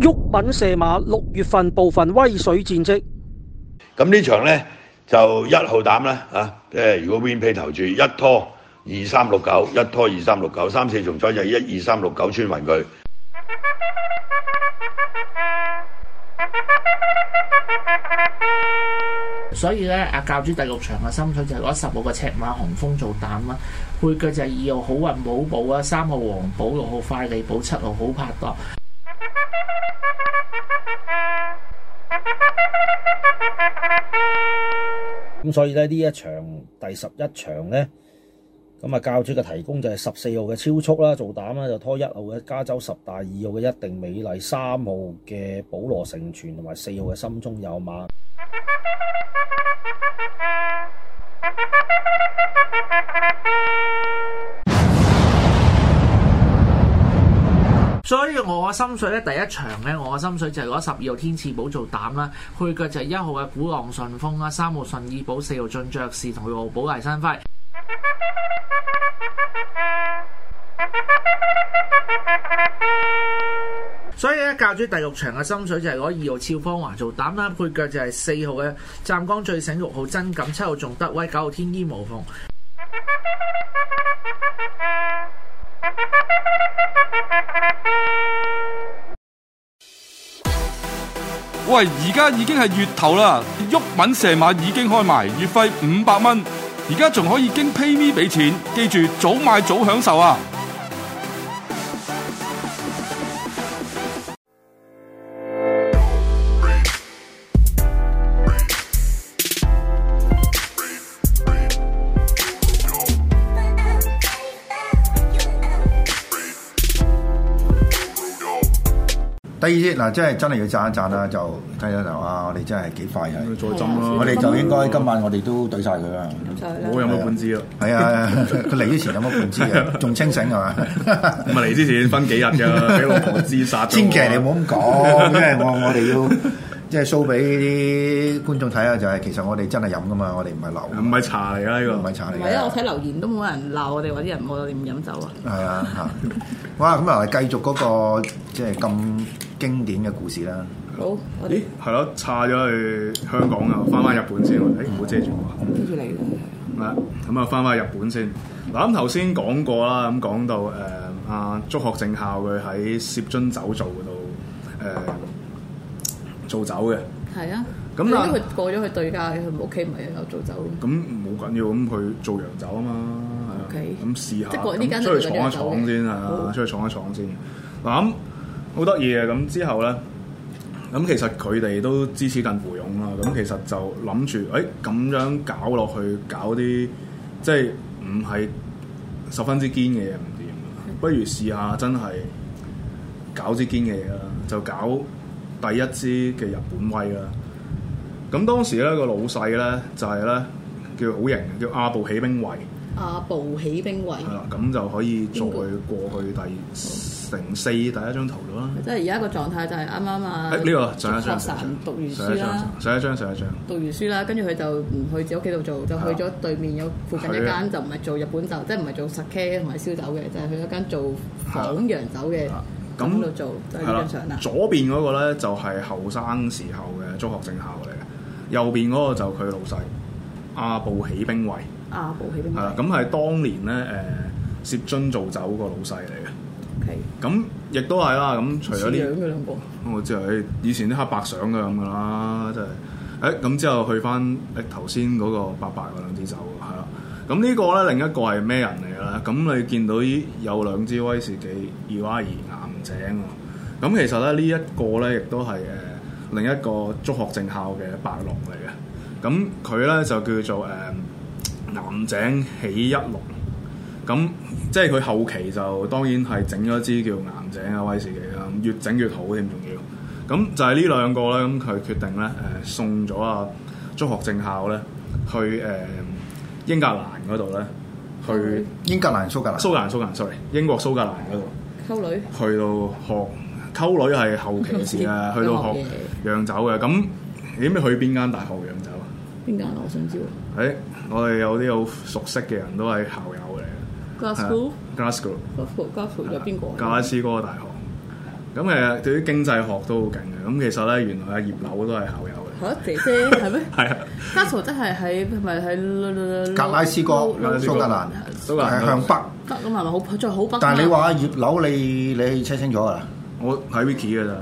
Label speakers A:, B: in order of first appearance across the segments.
A: 毓民射馬六月份部分威水戰績，
B: 咁呢場咧就一號膽啦嚇，即係如果 Win Pay 投注一拖二三六九，一拖二三六九，三四重彩就一二三六九穿雲佢。
C: 所以咧，阿教主第六場嘅心水就係攞十號嘅赤馬紅風做膽啦，配腳就係二號好運寶寶啊，三號黃寶，六號快利寶，七號好拍檔。
D: 咁所以咧呢一場第十一場咧，咁啊教主嘅提供就係十四號嘅超速啦，做膽啦就拖一號嘅加州十大，二號嘅一定美麗，三號嘅保羅成全同埋四號嘅心中有馬。
C: 所以我嘅心水咧，第一場咧，我嘅心水就係攞十二號天賜寶做膽啦，配腳就係一號嘅古浪順風啦，三號順意寶，四號進爵士同六號寶麗生輝。所以咧，教主第六場嘅心水就係攞二號超芳華做膽啦，配腳就係四號嘅湛江最醒，六號真錦，七號仲德威，九號天衣無縫。
E: 喂，而家已經係月頭啦，沃敏射馬已經開埋，月費五百蚊，而家仲可以經 PayMe 俾錢，記住早買早享受啊！
F: 第二節嗱，真係真係要讚一讚啦，就睇下就啊，我哋真係幾快啊！
G: 再斟啦，
F: 我哋就應該今晚我哋都對晒佢啊啦。
G: 我有冇半支啊？
F: 係啊， 佢嚟之前有冇半支嘅？啊仲清醒係嘛？
G: 唔啊係嚟之前分幾日㗎，俾老婆知殺咗
F: 啊千
G: 我。
F: 祈你唔好咁講，因為我我哋要即係 show 俾啲觀眾睇啊下，就係其實我哋真係飲噶嘛，我哋唔係流，
G: 唔係茶嚟㗎呢
F: 唔係茶嚟
H: 唔
F: 嘅。
H: 係啊！我睇留言都冇人鬧我哋話啲人冇我哋唔飲酒啊！
F: 係啊嚇！哇，咁啊，繼續嗰、個即係咁經典嘅故事啦。
H: 好，我
G: 個。
H: 哋
G: 咦，係咯，差咗去香港啊，翻翻日本先喎。誒，唔好遮住我。
H: 跟住嚟嘅。
G: 啊，咁啊翻返去日本先。嗱咁頭先講過啦，咁講到誒阿竹學正孝佢喺攝津酒造嗰度誒做酒嘅，
H: 係啊，
G: 咁
H: 咁因
G: 但
H: 為佢過咗去對家，佢屋企唔係有做酒，
G: 咁冇緊要，咁佢做洋酒啊嘛，係啊
H: OK
G: 咁試下，
H: 即係過呢間
G: 咁
H: 都
G: 出
H: 係
G: 去闖
H: 做
G: 一
H: 洋酒嘅
G: 闖先啊
H: 好，
G: 出去闖一闖先。嗱咁好得意嘅，啊咁之後咧。咁其實佢哋都支持近乎勇啦，咁其實就諗住，誒、哎咁樣搞落去，搞啲即係唔係十分之堅嘅嘢唔掂㗎，不如試下真係搞支堅嘅嘢啦，就搞第一支嘅日本威啦。咁當時咧個老細咧就係、咧叫好型嘅，叫阿部起兵衛，
H: 阿步啊起兵衛，
G: 係啦，咁就可以再過去第成四第一張圖度啦。
H: 即係而家個狀態就係啱啱啊！
G: 誒呢個上一張，
H: 學
G: 上
H: 神讀完
G: 一張
H: 書啦，
G: 上一張，上一張。
H: 讀完書啦，跟住佢就唔去自己屋企度做，就去咗對面有附近一
G: 係啊
H: 間就唔係做日本酒，即係唔係做 sake 同埋燒酒嘅，就係去一間做仿洋酒嘅
G: 啊咁
H: 咁度做，就係呢張相啦。
G: 左邊嗰個咧就係後生時候嘅中學正校嚟嘅，右邊嗰個就佢老細阿部起兵衛，
H: 阿步起兵
G: 係啦
H: 衛，
G: 咁係當年咧誒攝津造酒個老細嚟嘅，
H: ，OK，
G: 咁亦都係啦。咁除咗
H: 似樣
G: 呢，
H: 嘅兩個，
G: 我知係以前啲黑白相嘅咁噶啦，真係。誒咁之後去翻誒頭先嗰個白白嗰兩支酒喎係啦。咁呢個咧另一個係咩人嚟嘅咧？咁你見到依有兩支威士忌二蛙兒岩井喎。咁其實咧呢一個咧亦都係誒另一個竹學正校嘅白龍嚟嘅。咁佢咧就叫做誒、岩井喜一龍。咁即係佢後期就當然係整咗支叫岩井嘅威士忌啦，咁越整越好添，仲要。咁就係呢兩個咧，咁佢決定咧誒、送咗啊中學正校咧去誒、英格蘭嗰度咧，去
F: 英格蘭、蘇格蘭，
G: 蘇格蘭蘇格蘭 sorry 英國蘇格蘭嗰度
H: 溝女。
G: 去到學溝女係後期嘅事 啦，去到學洋酒嘅。咁你知唔知去邊間大學洋酒啊？
H: 邊間啊？我想知喎。
G: 誒、我哋有啲好熟悉嘅人都係校友嚟嘅
H: Glasgow，
G: 係啊，Glasgow。
H: Glasgow，Glasgow 有邊個啊？
G: 格拉斯哥大學，咁誒對於經濟學都好勁嘅。咁其實咧，原來阿葉劉都係校友 嚟。
H: 嚇姐姐係咩？
G: 係啊，
H: 加圖真係喺係咪喺
F: 格拉斯哥
H: 蘇
F: 蘇格蘭
G: 蘇格
F: 係向
G: 蘭。
F: 北，
H: 北咁係咪好再好北？
F: 但係你話葉柳你你車清楚㗎啦。
G: 我喺 Wiki 嘅咋，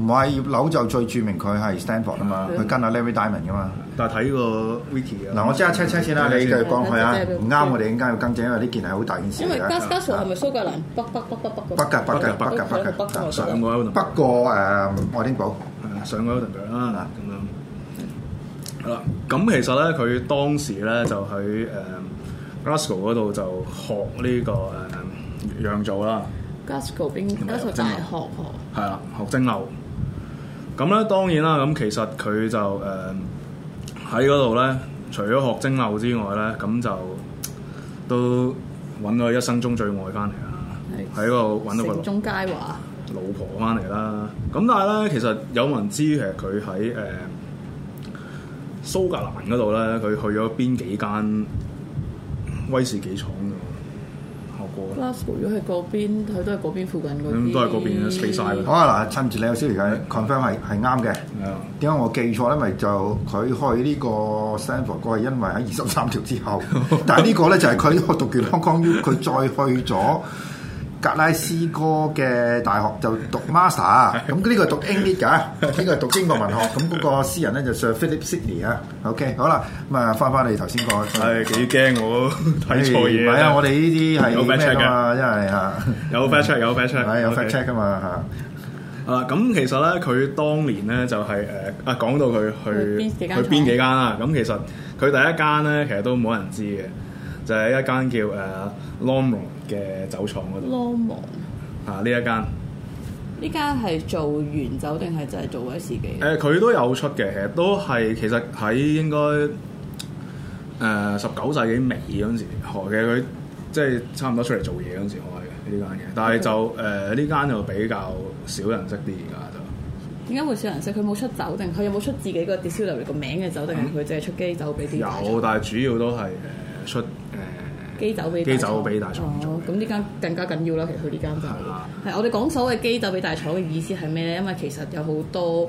F: 唔係葉柳就最著名，佢係 Stanford 啊嘛，
H: 嗯
F: 佢跟阿 Larry Diamond 噶嘛。
G: 但係睇個 Wiki 啊。
F: 嗱，我即刻 check check 先啦，你繼續講佢啊，
H: 嗯
F: 唔啱我哋陣間要更正，因為呢件係好大件事
H: 因為
F: 嚟
H: 加加圖係
F: 㗎。
H: 咪蘇格蘭北北北北
F: 北格
H: 北
F: 北格
G: 北
F: 北
H: 格
F: 格北
H: 北
F: 格
H: 格
F: 啊
G: 上過 Elden
F: 北過誒愛丁堡，
G: 係啊上過 Elden 啦咁樣。係啦，咁其實咧，佢當時咧就喺誒 Glasgow 呃嗰度就學呢、個誒、釀造啦。
H: Glasgow 邊加圖大學學？
G: 係啦，學蒸餾。咁咧當然啦，咁其實佢就誒喺嗰度咧，除咗學蒸餾之外咧，咁就都揾咗一生中最愛翻嚟啦，
H: 係
G: 喺嗰度啊揾到個
H: 城中佳話，
G: 老婆翻嚟啦。咁但係咧，其實有冇人知其實佢喺誒呃蘇格蘭嗰度咧，佢去咗邊幾間威士忌廠度學過？
H: Glasgow 如果係嗰邊，佢都係嗰邊附近嗰啲，
G: 嗯都係嗰邊啊，space 晒㗎
F: 好啊嗱，趁住你有消息嘅 confirm 係係啱嘅。
G: 係啊，
F: 點解我記錯咧？咪就佢去呢個 Stanford 嗰係 因為喺二十三條之後，但係呢個咧就係佢讀完 Hong Kong U，佢再去咗格拉斯哥嘅大學就讀 master，咁呢個讀 English 㗎，呢個讀英 國文學，咁嗰個詩人咧就 Sir Philip Sidney 啊。OK，好啦，咁啊翻翻你頭先講，
G: 係啊幾驚我 睇錯嘢
F: 唔
G: 啦。
F: 係啊，我哋呢啲係
G: 有 fact
F: 咩
G: check
F: 㗎
G: 㗎
F: 嘛，因為啊，
G: 有 fact check，有 fact check，
F: 係有
G: OK
F: fact check 㗎嘛嚇。
G: 啊，咁其實咧，佢當年咧就係、誒、啊，講到佢去
H: 去邊幾間
G: 去邊幾間啦。咁其實佢第一間咧，其實都冇人知嘅，就係、一間叫誒、Longmont 呃嘅酒廠嗰度
H: 羅蒙
G: 啊。呢一間誒，
H: 呢家係做原酒定係就係做威士忌？
G: 呃佢、都有出嘅，其實都係其實喺應該誒十九世紀尾嗰陣時學嘅，佢即係差唔多出嚟做嘢嗰陣時學嘅呢間嘢。但係就誒呢、間就比較少人識啲而家就。
H: 點解會少人識？佢冇出酒定佢有冇出自己個 distillery 個名嘅酒，定係佢淨係出基酒俾
G: 嗯
H: 啲大
G: 有，
H: 廠
G: 但係主要都係誒出誒
H: 基酒俾
G: 基
H: 廠
G: 酒俾大廠做
H: 哦，咁
G: 嘅。
H: 呢間更加緊要啦。其實佢呢間就
G: 啊
H: 係我哋講所謂基酒俾大廠嘅意思係咩咧？因為其實有好多誒、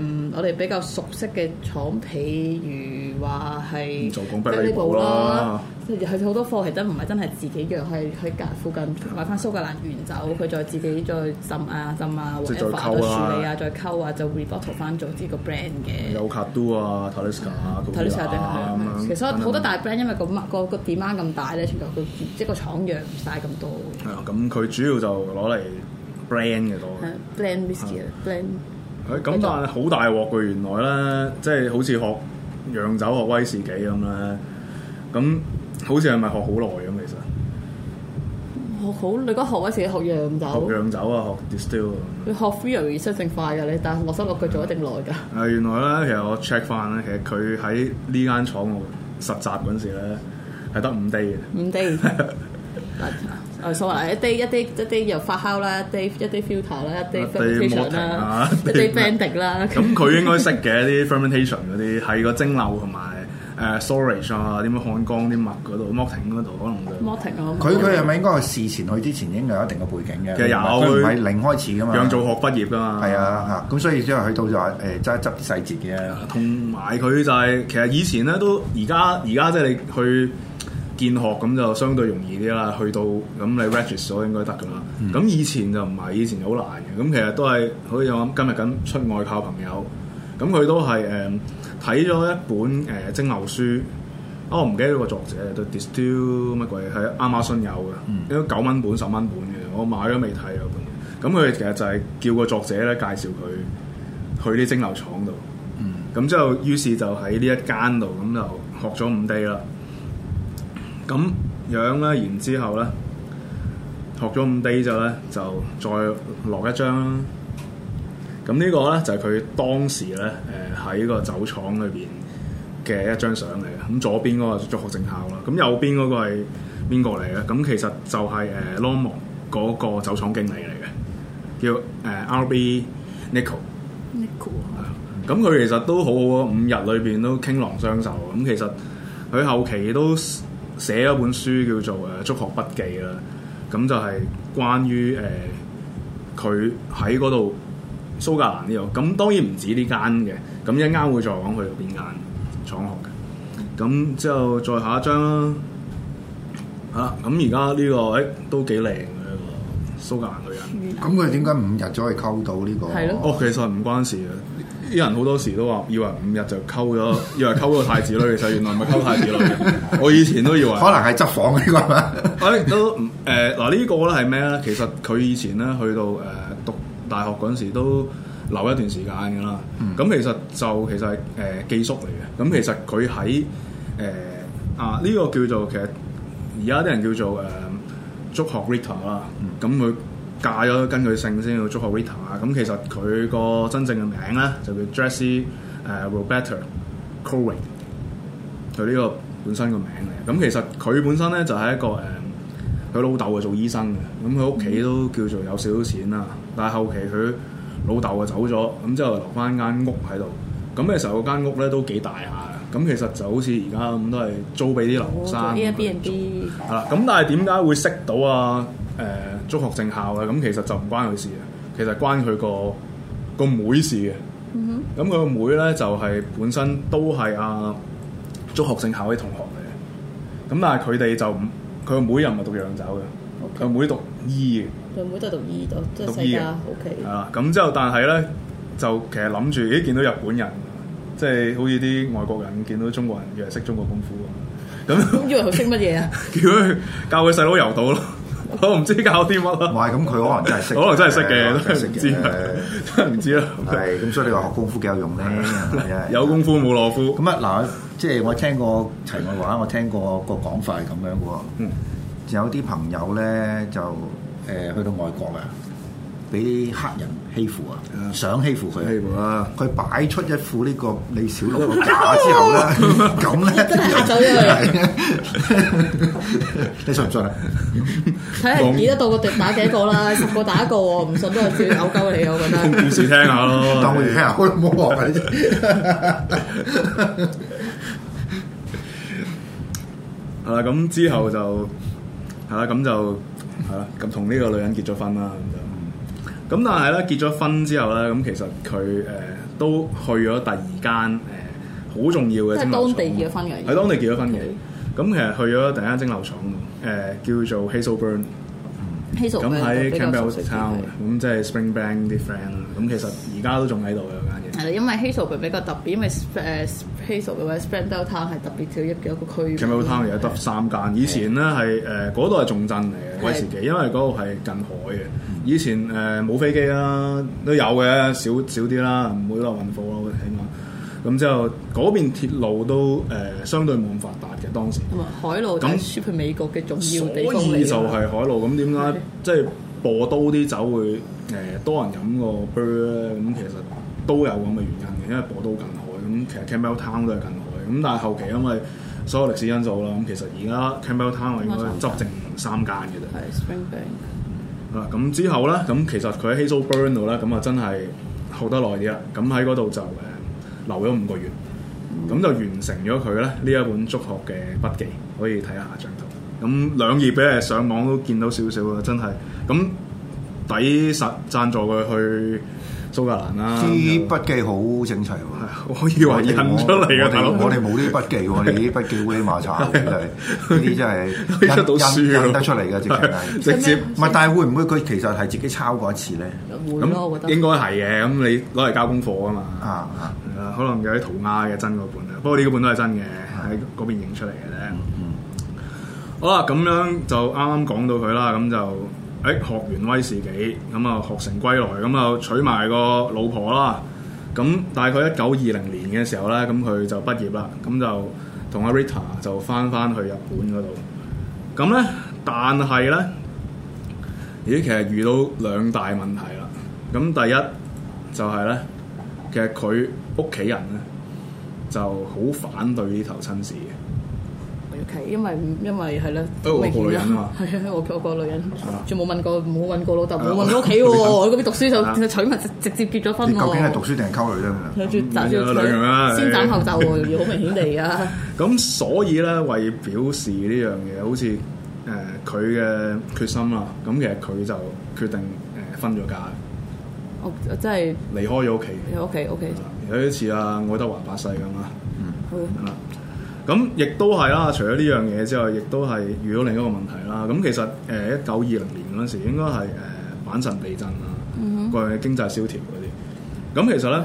H: 嗯我哋比較熟悉嘅廠，譬如話係
G: 就講 Black Label 啦，
H: 佢好多貨係真唔係真係自己釀，係喺隔附近買翻蘇格蘭原酒，佢再自己再浸啊浸啊，
G: 即係再
H: whatever，
G: 溝啦
H: 處理啊，再溝啊，就 rebottle 翻做呢個 brand 嘅。
G: 有卡都啊、塔利斯卡啊、
H: 睇到晒定
G: 啊咁
H: 係，
G: 樣。
H: 其實好多大
G: 係
H: brand 因為個個個 demand 咁大咧，全球佢即係個廠養唔晒咁多嘅
G: 啊，咁佢主要就攞嚟 brand 嘅多。
H: 係 blend whisky 啊 blend
G: 誒咁但係好大鑊嘅，原來咧，即係好似學洋酒、學威士忌咁咧，咁好似係咪學好耐咁？其實
H: 學好你嗰學位自己學釀酒
G: 學，洋酒啊，學 distill 啊。
H: 你學 free 容易失正快㗎，你但係落手落腳做一定耐㗎。
G: 誒呃原來咧，其實我 check 翻咧，其實佢喺呢間廠度實習嗰陣時咧，係得五 day 嘅。
H: 五 day，我數下一 day 一 day 一 day 又發酵啦，一 day 一 day filter 啦，一 day
G: day
H: fermentation
G: malting
H: 啦
G: 啊，
H: 一 day blending 啦。
G: 咁 佢應該識嘅啲 fermentation 嗰啲，係個蒸餾同埋誒 storage 啊，點樣漢江啲麥嗰度 malting 嗰度，可能就
H: malting 啊，
F: 佢佢係咪應該係事前去之前已經有一定嘅背景嘅？
G: 其實有
F: 佢唔係零開始噶嘛。
G: 養造學畢業㗎嘛。
F: 係，啊，嚇咁所以之後去到就話誒執執啲細節嘅。
G: 同埋佢就係、其實以前咧都而家而家即係你去見學咁就相對容易啲啦，去到咁你 register 咗應該得㗎啦。咁、以前就唔係，以前好難嘅。咁其實都係好似我諗今日咁出外靠朋友，咁佢都係誒睇咗一本誒、呃蒸餾書。啊我唔記得咗個作者都 distill 乜鬼，喺 Amazon 有嘅，應該九蚊本十蚊本嘅，我買咗未睇啊本。咁佢其實就係叫個作者咧介紹佢去啲蒸餾廠度，咁之後於是就喺呢一間度咁就學咗五 D 啦。咁樣咧，然之後咧學咗五 D 之後咧，就再落一張啦。咁呢個咧就係佢當時咧誒喺個酒廠裏邊嘅一張相嚟嘅。咁左邊嗰個就學正校啦，咁右邊嗰個係邊個嚟嘅？咁其實就係誒 l o n m o n 嗰個酒廠經理嚟嘅，叫誒 R.B. Nichol。咁佢其實都好好啊，五日裏邊都傾囊相授。咁其實佢後期都寫咗本呃書叫做誒《竹學筆記》啦，咁就係關於誒佢呃佢喺嗰度蘇格蘭呢度，咁當然唔止呢間嘅，咁一陣間會再講佢有邊間廠學嘅。咁之後再下一張啦，嚇咁而家呢個誒、欸都幾靚嘅呢個蘇格蘭女人。
F: 咁佢點解五日就可以溝到呢個？
H: 係咯
G: 哦，其實唔關事嘅，啲人好多時都話以為五日就溝咗， 以為溝咗太子女，其實原來唔係溝太子女 嘅。我以前都以為，
F: 可能係執房呢個係 咪？
G: 我亦都唔誒嗱呢個咧係咩咧？其實佢以前咧去到誒、呃、讀大學嗰陣時都留一段時間㗎啦。咁、其實就其實係誒、呃、寄宿嚟嘅。咁其實佢喺誒啊呢、個叫做其實而家啲人叫做誒、呃、祝學 Rita 啦。咁佢、嫁咗跟佢姓先叫祝學 Rita 啊。咁其實佢個真正嘅名咧就叫 Jessie 誒、呃 Roberta Corwin。佢呢個本身個名嚟。咁其實佢本身咧就係、一個誒，佢老豆係啊做醫生嘅，咁佢屋企都叫做有少少錢啦。但係後期佢老豆啊走咗，咁之後留翻間屋喺度。咁嘅時候，嗰間屋咧都幾大下嘅。咁其實就好似而家咁，都係租俾啲留學生。
H: 哦 Airbnb
G: 係啦，咁但係點解會識到啊？誒、中學正校嘅，咁其實就唔關佢事嘅，其實關佢個個妹事嘅。
H: 嗯
G: 咁佢個妹咧就係、本身都係啊中學正校啲同學嚟嘅，咁但係佢哋就唔，佢個妹又唔係讀洋酒嘅，佢個妹讀醫嘅。
H: 佢妹都係讀醫度，即係
G: 讀
H: 世
G: 醫
H: 界
G: 嘅
H: O K。
G: 係啦，咁之後但係咧就其實諗住，咦見到日本人，啊即係好似啲外國人見到中國人，以為識中國功夫咁，咁
H: 咁以為佢識乜嘢啊？
G: 叫佢教佢細佬游到咯， 我唔知教啲乜
F: 唔
G: 啦，
F: 係咁，佢可能真係識，
G: 可能真係識嘅，
F: 可
G: 真
F: 能
G: 係唔
F: 真係
G: 知
F: 識
G: 啊
F: 嘅。，
G: 真係唔知啦。啊
F: 係咁，所以你話學功夫幾有用咧？係啊
G: 有功夫冇懦夫，
F: 咁啊嗱，即係我聽過題外話，我聽過個講法係咁樣嘅喎。
G: 嗯，
F: 有啲朋友咧就誒、呃去到外國啊，俾啲黑人欺負啊，想欺負佢。
G: 負啦！
F: 佢擺出一副呢個李小龍嘅架之後咧，咁咧
H: 真係嚇走咗佢
F: 佢。你信唔信啊？
H: 睇下記得到個敵打幾個 啦，十個打一個喎，唔信都係最嘔鳩你，我覺
F: 啊
G: 當故
H: 得。
G: 事聽下咯，
F: 當我哋聽下，我冇話俾你知。
G: 係啦，咁之後就係啦，咁就係啦，咁同呢個女人結咗婚啦，咁就咁但係咧結咗婚之後咧，咁其實佢誒、呃都去咗第二間誒好重要嘅
H: 即係
G: 蒸餾
H: 當地
G: 廠
H: 結咗婚嘅
G: 喺當地結咗婚嘅。咁其實去咗第一間蒸餾廠，誒、叫做 Hazelburn，
H: 希俗
G: 咁喺 Campbell
H: 識
G: Town，咁即係 Springbank 啲 friend 啦。咁其實而家都仲喺度嘅
H: 係啦，因為希俗比較特別，因為誒希俗嘅話 s p r a n d o w Town 係特別嘅一個一個區。
G: 間嘢。Campbell Town 而家得三間，以前咧係誒嗰度係重鎮嚟嘅
H: 係
G: 威士忌，因為嗰度係近海嘅。以前誒冇、飛機啦，都有嘅，少少啲啦，唔會落運貨咯，起碼。咁之後嗰邊鐵路都誒、呃相對冇咁發達嘅當時。
H: 同埋海路就係輸去美國嘅重要地方
G: 所
H: 嚟
G: 以
H: 㗎
G: 就係
H: 嘛。
G: 海路咁點解即係播都啲酒會誒、呃多人飲個 beer 咧？咁其實都有咁嘅原因嘅，因為播都近海，咁其實 Campbell Town 都係近海，咁但係後期因為所有歷史因素啦，咁其實而家 Campbell Town 應該
H: 啊
G: 執剩三間嘅啫。
H: 係 Springbank。
G: 啊，咁之後咧，咁其實佢喺 Hazelburn 度咧，咁啊真係學得耐啊啲啦。咁啊喺嗰度就誒留咗五個月，啊咁就完成咗佢咧呢一本竹學嘅筆記，可以睇下張圖。啊咁兩頁俾你上網都見到少少啊，真係咁抵實贊助佢去蘇格蘭啦。
F: 啲筆記好整齊喎。
G: 我以為印出嚟嘅啊大佬，
F: 我哋冇呢啲筆 記喎，你啲筆記烏哩馬茶真係，呢啲真係
G: 可以出到書
F: 印
G: 啊
F: 印得出嚟嘅，直情 係。
G: 直接
F: 唔係，但係會唔會佢其實係自己抄過一次咧？
H: 會咯，我覺
G: 咁
H: 得
G: 應該係嘅。咁你攞嚟交功課啊嘛。
F: 啊啊！
G: 係啦，可能有啲塗鴉嘅真嗰本啊啦，不過呢個本都係真嘅，喺嗰邊影出嚟嘅咧。好啦，咁樣就啊啱啱講到佢啦，咁就誒、欸、學完威士忌，咁啊學成歸來，咁啊娶埋個老婆啦。咁大概一九二零年嘅時候咧，咁佢就畢業啦，咁就同阿 Rita 就翻翻去日本嗰度。咁咧，但係咧，咦，其實遇到兩大問題啦。咁第一就係、咧。其實佢屋企人咧就好反對呢頭親事嘅，
H: OK，因為因為係啦，
G: 因為我個女人啊嘛
H: 係啊，我我個女人
G: 啊，
H: 仲冇問過冇問過老豆，
G: 啊
H: 冇問過屋企喎，
G: 我
H: 我嗰邊讀書
G: 啊
H: 就就娶埋直直接結咗婚
F: 你
H: 喎。
F: 究竟係讀書定係溝女咧？咁樣
H: 有住斬
G: 有兩樣啦
H: 咗先斬後奏喎，要好明顯地啊！
G: 咁所以咧為表示呢樣嘢，好似誒佢嘅決心啦，咁其實佢就決定誒、呃、分咗家，
H: 我我真係
G: 離開咗屋企。
H: OK OK，
G: 有啲似啊愛德華八世咁啊啦，
H: 好
G: 係啦。咁亦都係啦，除咗呢樣嘢之外，亦都係遇到另一個問題啦。咁其實誒一九二零年嗰陣時，應該係誒呃阪神地震啦，個、樣經濟蕭條嗰啲。咁其實咧，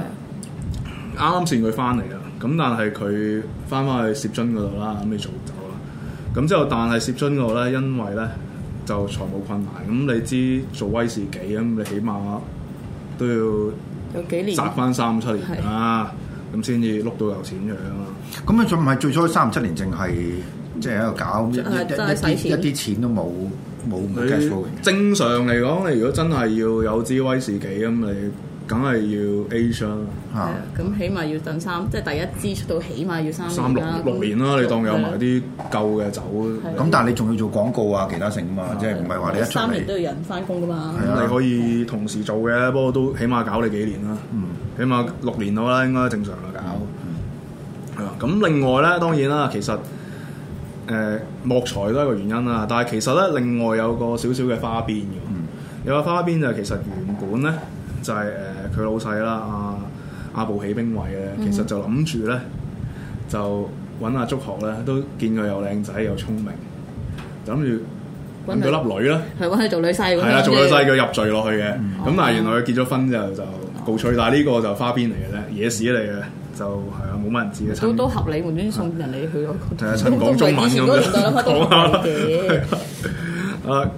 G: 啱啱先佢翻嚟啦，咁但係佢翻返去攝津嗰度啦，咁你早走啦。咁之後，但係攝津嗰度咧，因為咧就財務困難，咁你知做威士忌咁，你起碼都要。
H: 有幾年
G: 擲翻三五七年啦，咁先至碌到有錢樣啦。
F: 咁啊，仲唔係最初三五七年淨係即係喺度搞一一
H: 係真係
F: 一
H: 使
F: 一
H: 錢
F: 啲一啲錢都冇冇冇 cash flow 嘅。
G: 正常嚟講，你如果真係要有支威士忌咁，你梗係要 Age 啦，
H: 係啊
F: 啊，
H: 咁起碼要等三，即係第一支出到起碼要三
G: 三六
H: 年啦，
G: 六年啦，你當有埋
H: 係
G: 啲舊嘅酒。
H: 係
F: 咁但係你仲要做廣告啊，其他成嘛，即係唔係話你一
H: 啦
F: 出
H: 三年都
F: 嚟
H: 要人翻工噶嘛，
F: 係啊
G: 咁你可以同時做嘅，不過都起碼搞你幾年啦，
F: 嗯
G: 起碼六年到啦，應該正常啦搞。
F: 嗯
G: 係啊，咁另外咧，當然啦，其實誒、呃木材都係一個原因啦，但係其實咧，另外有個少少嘅花邊嘅，
F: 嗯
G: 有個花邊就係其實原本咧就係誒佢老細啦，阿阿部喜兵衛咧，
F: 嗯
G: 其實就諗住咧就揾阿祝學咧，都見佢又靚仔又聰明，就諗住揾
H: 揾佢
G: 佢粒女啦。
H: 係揾佢做女婿咁樣嗯
G: 係啦，做女
H: 即係
G: 婿佢入罪落去嘅。咁但係原來佢結咗婚之後就告吹，但係呢個就花邊嚟嘅啫，野史嚟嘅，就係啊冇乜人知嘅。
H: 都
G: 親
H: 都合理，無端端送人哋去嗰
G: 係啊，親講
H: 都
G: 中文
H: 以前
G: 咁
H: 嗰
G: 樣講下
H: 個年代諗法都唔嘅。
G: 啊，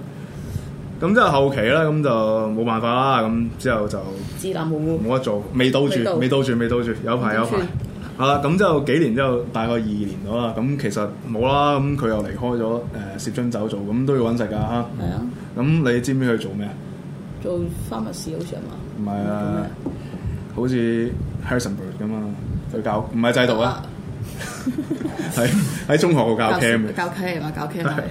G: 咁之後後期啦，咁就冇辦法啦，咁之後就
H: 知啦冇冇
G: 冇得做，未到住
H: 未到，
G: 未到住，未到住，有排有排
H: 未到住。
G: 係啦，咁之後幾年之後，大概二年到啦，咁其實冇啦，咁佢又離開咗誒攝津酒造，咁都要揾食㗎嚇。
H: 係啊，
G: 咁你知唔知佢做咩啊？
H: 做花蜜事好似係嘛？
G: 唔係啊，好似 Harrison Bird 咁啊，佢教唔係制度 啊，喺喺中學度教 cam 嘅，
H: 啊教 cam 啊，教 cam 啊係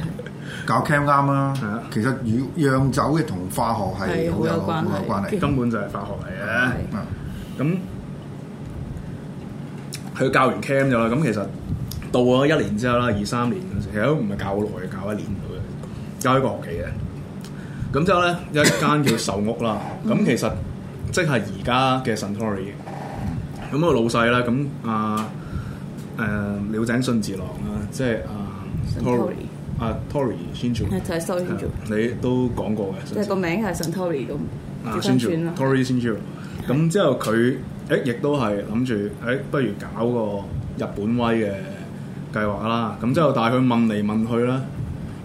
F: 搞 cam 啱
G: 係啊
F: 啦。其實與釀酒嘅同化學係
H: 係
F: 好
H: 好有
F: 有好
H: 關係
F: 有關係。
G: 根本就係化學嚟嘅。
H: 係
F: 啊
G: 咁佢教完 cam 咗啦，咁其實到咗一年之後啦，二三年嗰陣時，其實都唔係教好耐嘅，教一年到嘅，教一個學期嘅。咁之後咧，有一間叫壽屋啦，
H: 嗯
G: 咁其實即係而家嘅 Suntory 嘅。咁個老細啦，咁啊誒鳥井信治郎啦，即係啊
H: Suntory
G: 啊 Tory 宣傳，
H: 係就係 Suntory 宣傳
G: 你都講過嘅，
H: 即係個名係 Suntory 咁，
G: 啊
H: 調
G: 先
H: 翻
G: 住
H: 轉啦。
G: Tory 先住，咁之後佢誒亦都係諗住誒，不如搞個日本威嘅計劃啦。咁之後，但係佢問嚟問去啦，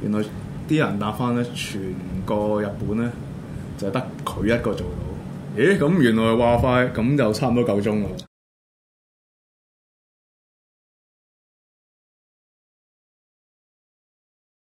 G: 原來啲人答翻咧，全個日本咧就係得佢一個做到。咦？咁原來話快，咁就差唔多夠鐘啦喎。